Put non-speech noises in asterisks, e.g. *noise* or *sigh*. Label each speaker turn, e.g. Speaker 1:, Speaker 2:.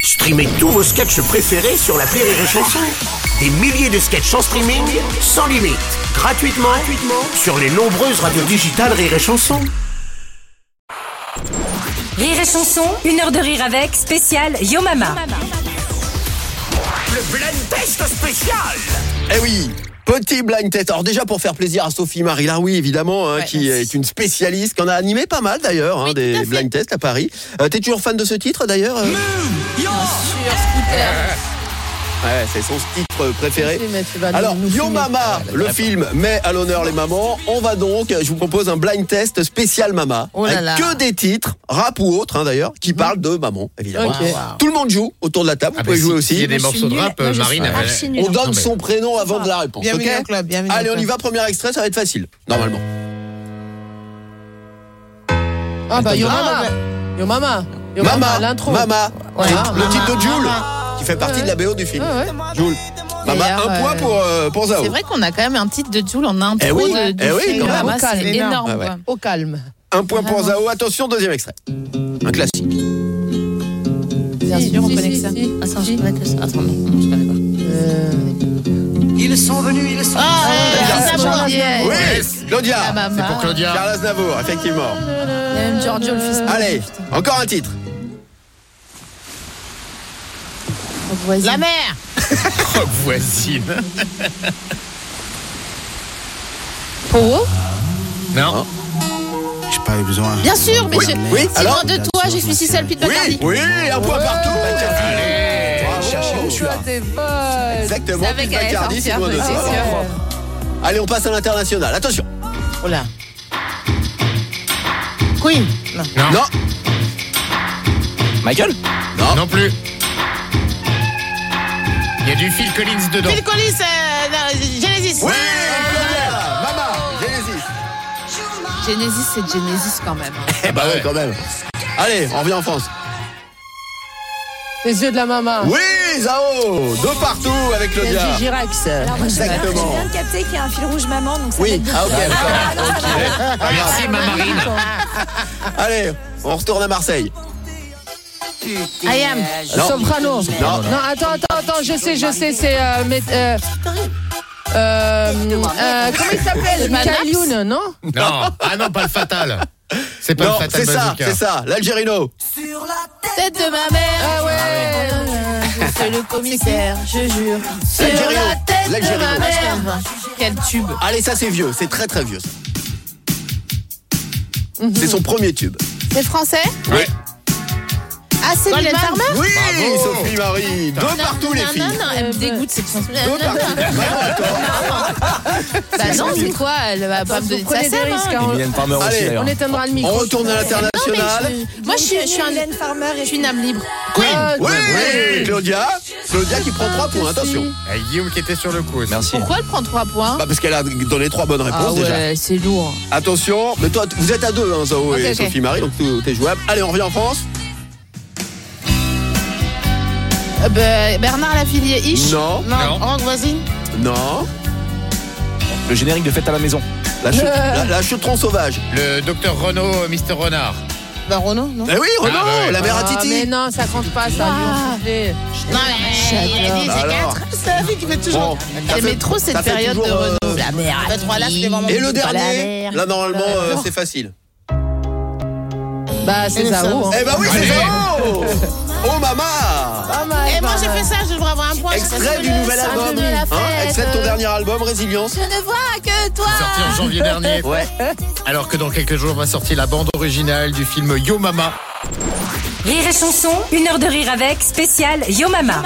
Speaker 1: Streamez tous vos sketchs préférés sur la Rire et Chanson. Des milliers de sketchs en streaming, sans limite, gratuitement, gratuitement sur les nombreuses radios digitales Rire et Chanson.
Speaker 2: Rire et chanson, une heure de rire avec, spécial Yo Mama.
Speaker 1: Le blind test spécial
Speaker 3: Eh oui Petit blind test. Alors déjà pour faire plaisir à Sophie Marie Laroui évidemment, hein, qui est une spécialiste, qui en a animé pas mal d'ailleurs hein, des blind tests à Paris. Euh, T'es toujours fan de ce titre d'ailleurs euh Ouais, c'est son titre préféré.
Speaker 4: Oui, mais tu vas nous-
Speaker 3: Alors
Speaker 4: nous Ah,
Speaker 3: Yo
Speaker 4: fumer.
Speaker 3: Mama, le film met à l'honneur les mamans. On va donc, je vous propose un blind test spécial Mama,
Speaker 4: Oh là
Speaker 3: avec
Speaker 4: là. Mhm.
Speaker 3: que des titres, rap ou autre hein, d'ailleurs, qui parlent de maman évidemment.
Speaker 4: Ok. Wow.
Speaker 3: Tout le monde joue autour de la table. Vous
Speaker 5: Ah
Speaker 3: pouvez
Speaker 5: bah,
Speaker 3: jouer
Speaker 5: si-
Speaker 3: aussi.
Speaker 5: s'il y a des morceaux de rap, euh, Marine elle-
Speaker 3: On
Speaker 5: Non,
Speaker 3: donne
Speaker 5: mais-
Speaker 3: son prénom avant de la réponse.
Speaker 4: Bienvenue
Speaker 3: ok
Speaker 4: au club, bienvenue
Speaker 3: Allez,
Speaker 4: au
Speaker 3: on y
Speaker 4: club.
Speaker 3: va. Premier extrait, ça va être facile, normalement.
Speaker 4: Ah bah Yo
Speaker 3: Ah.
Speaker 4: Mama. Yo Mama. Yo
Speaker 3: Mama,
Speaker 4: l'intro.
Speaker 3: Mama,
Speaker 4: Ouais.
Speaker 3: le
Speaker 4: Mama,
Speaker 3: titre de Jules, qui fait partie
Speaker 4: Ouais,
Speaker 3: de la BO du film.
Speaker 4: Ouais, ouais.
Speaker 3: Jules, Mama,
Speaker 4: D'ailleurs,
Speaker 3: un point
Speaker 4: euh,
Speaker 3: pour euh, pour Zao.
Speaker 6: C'est vrai qu'on a quand même un titre de Jules en intro
Speaker 3: Eh oui,
Speaker 6: de, de
Speaker 3: eh oui,
Speaker 6: film.
Speaker 3: quand même. Ah
Speaker 6: Bah,
Speaker 4: Vocal,
Speaker 6: c'est
Speaker 4: énorme.
Speaker 6: énorme.
Speaker 3: Ouais, ouais.
Speaker 6: quoi.
Speaker 4: Au calme.
Speaker 3: Un point pour Zao. Attention, deuxième extrait. Un classique.
Speaker 6: Bien
Speaker 4: Si,
Speaker 6: sûr, on
Speaker 4: si,
Speaker 6: connaît
Speaker 4: si,
Speaker 6: que ça.
Speaker 4: si.
Speaker 6: Attends, je connais que ça. Attends, non, je connais pas.
Speaker 4: Euh,
Speaker 6: Ah,
Speaker 4: Claudia.
Speaker 6: Claudia.
Speaker 3: Oui,
Speaker 5: Yes.
Speaker 6: Eh La
Speaker 3: Claudia.
Speaker 6: maman.
Speaker 5: Pour Claudia.
Speaker 3: Charles Aznavour, effectivement.
Speaker 6: Il y a même Giorgio, le fils. de-
Speaker 3: Allez, encore un titre.
Speaker 4: voisine.
Speaker 6: La mère.
Speaker 5: Oh, voisine.
Speaker 4: Powo
Speaker 5: Non.
Speaker 7: J'ai pas eu besoin.
Speaker 6: Bien sûr, mais je.
Speaker 3: Oui,
Speaker 6: Si
Speaker 3: alors
Speaker 6: loin de toi, je suis si seule, Pete
Speaker 3: Oui,
Speaker 6: Bacardi.
Speaker 3: oui, un point partout.
Speaker 5: Allez.
Speaker 3: Bravo.
Speaker 4: t'es bonne.
Speaker 3: Exactement.
Speaker 6: C'est avec
Speaker 3: Pete
Speaker 6: elle,
Speaker 3: Bacardi,
Speaker 6: sortir,
Speaker 3: c'est loin de
Speaker 6: c'est
Speaker 3: ça.
Speaker 6: sûr.
Speaker 3: Allez, on passe à l'international. Attention.
Speaker 4: Oh là.
Speaker 6: Queen. Non.
Speaker 5: Non.
Speaker 3: Non,
Speaker 5: Non,
Speaker 3: Michael Non.
Speaker 5: plus. Il y a du Phil Collins dedans.
Speaker 6: Phil Collins, euh, non, Genesis.
Speaker 3: Oui, Claudia, Mama, Genesis.
Speaker 6: Genesis, c'est Genesis quand même.
Speaker 3: *laughs* Eh bah ouais,
Speaker 5: ouais.
Speaker 3: quand même. Allez, on revient en France.
Speaker 4: Les yeux de la maman.
Speaker 3: Oui, Zao De partout avec Claudia.
Speaker 4: Girax.
Speaker 3: Exactement.
Speaker 2: Je viens de capter qu'il y a un fil rouge maman, donc ça va
Speaker 3: Oui,
Speaker 2: être
Speaker 3: ah ok, d'accord.
Speaker 5: Ah, merci, ma Marine.
Speaker 3: Allez, on retourne à Marseille.
Speaker 6: I am.
Speaker 3: Non.
Speaker 4: Soprano.
Speaker 3: Non.
Speaker 4: Non, attends, attends, attends, je sais, je sais, c'est. Euh, mais, euh, euh, euh, comment il s'appelle
Speaker 6: Manaps
Speaker 4: Michael Youn, non
Speaker 5: Non. Ah non, pas le fatal. C'est pas
Speaker 3: Non,
Speaker 5: le fatal
Speaker 3: c'est ça,
Speaker 5: bazooka.
Speaker 3: c'est ça, l'Algérino.
Speaker 6: Tête de ma mère.
Speaker 4: Ah ouais
Speaker 6: Je suis le commissaire, je jure. Sur
Speaker 3: L'Algérie.
Speaker 6: la tête de
Speaker 3: L'Algérie.
Speaker 6: ma mère. Quel tube.
Speaker 3: Allez, ça c'est vieux, c'est très très vieux. ça.
Speaker 6: Mhm.
Speaker 3: C'est son premier tube.
Speaker 6: C'est français
Speaker 5: Ouais.
Speaker 6: Ah, c'est Golden Farmer
Speaker 3: Oui,
Speaker 5: Bravo.
Speaker 3: Sophie Marie, de partout les filles.
Speaker 6: Non, non, elle me dégoûte cette chanson.
Speaker 3: De partout. Vraiment, attends.
Speaker 6: Bah non, c'est quoi Elle va pas me donner
Speaker 4: Vous
Speaker 6: de sa
Speaker 4: prenez des
Speaker 6: scène. hein.
Speaker 4: risques, hein,
Speaker 3: Allez,
Speaker 4: on, on éteindra le
Speaker 3: on
Speaker 4: micro.
Speaker 3: retourne à
Speaker 6: Non, mais
Speaker 3: l'international.
Speaker 6: je- Moi, je suis- je suis un.
Speaker 2: Hélène Farmer
Speaker 6: Je
Speaker 2: et
Speaker 6: suis une âme libre.
Speaker 4: Ah,
Speaker 3: Oui,
Speaker 5: Oui.
Speaker 3: Claudia. Claudia qui prend 3 points, attention.
Speaker 5: Ah, Guillaume qui était sur le coup. aussi.
Speaker 6: Pourquoi elle prend 3 points
Speaker 3: Bah parce qu'elle a donné 3 bonnes réponses
Speaker 6: Ah
Speaker 3: déjà.
Speaker 6: ouais, c'est lourd.
Speaker 3: Attention, mais toi, t- vous êtes à deux, hein, Zao
Speaker 6: Ok,
Speaker 3: et
Speaker 6: ok.
Speaker 3: Sophie Marie, donc tout est jouable. Allez, on revient en France.
Speaker 6: Euh, bah, Bernard Lafilier, Ish
Speaker 3: Non.
Speaker 6: Non.
Speaker 5: Non.
Speaker 6: Orange voisine
Speaker 3: Non.
Speaker 8: Le générique de fête à la maison.
Speaker 3: La, chute-
Speaker 6: Euh.
Speaker 3: la- la chautron sauvage.
Speaker 5: Le docteur Renault, euh, Mr. Renard.
Speaker 6: Bah, Renault, non
Speaker 3: Eh oui, Renaud,
Speaker 5: Ah, bah ouais.
Speaker 3: la mère à
Speaker 4: Ah, mais
Speaker 3: Titi.
Speaker 4: non, ça compte pas, ça.
Speaker 6: Ah.
Speaker 4: Dieu,
Speaker 6: Non, mais il a dit c'est
Speaker 3: Alors.
Speaker 6: 4. C'est la fille qui fait toujours.
Speaker 3: Bon, ça
Speaker 6: Elle
Speaker 3: fait-
Speaker 6: aimait trop
Speaker 3: ça
Speaker 6: cette
Speaker 3: fait
Speaker 6: période de
Speaker 3: toujours, euh,
Speaker 6: Renault. La mère. La 3 là, c'était vraiment.
Speaker 3: Et le
Speaker 6: Pas la
Speaker 3: dernier,
Speaker 6: mère.
Speaker 3: là normalement euh, c'est facile.
Speaker 4: je- Bah, c'est
Speaker 6: Et
Speaker 4: Zao.
Speaker 6: nous
Speaker 4: hein.
Speaker 3: Eh ben oui, c'est
Speaker 5: Allez.
Speaker 6: Ah,
Speaker 3: Zao Oh mama
Speaker 2: Ah,
Speaker 4: Pas mal,
Speaker 6: Et moi
Speaker 4: pas
Speaker 6: j'ai
Speaker 4: mal.
Speaker 6: fait ça, Eh ben, je devrais avoir un point.
Speaker 3: Extrait du nouvel album. Hein, extrait de ton dernier album, Résilience.
Speaker 6: Je ne vois que toi.
Speaker 5: Sorti en janvier dernier.
Speaker 3: Ah. Ouais.
Speaker 5: Alors que dans quelques jours va sortir la bande originale du film Yo Mama.
Speaker 2: Rire et chanson, une heure de rire avec, spécial Yo Mama.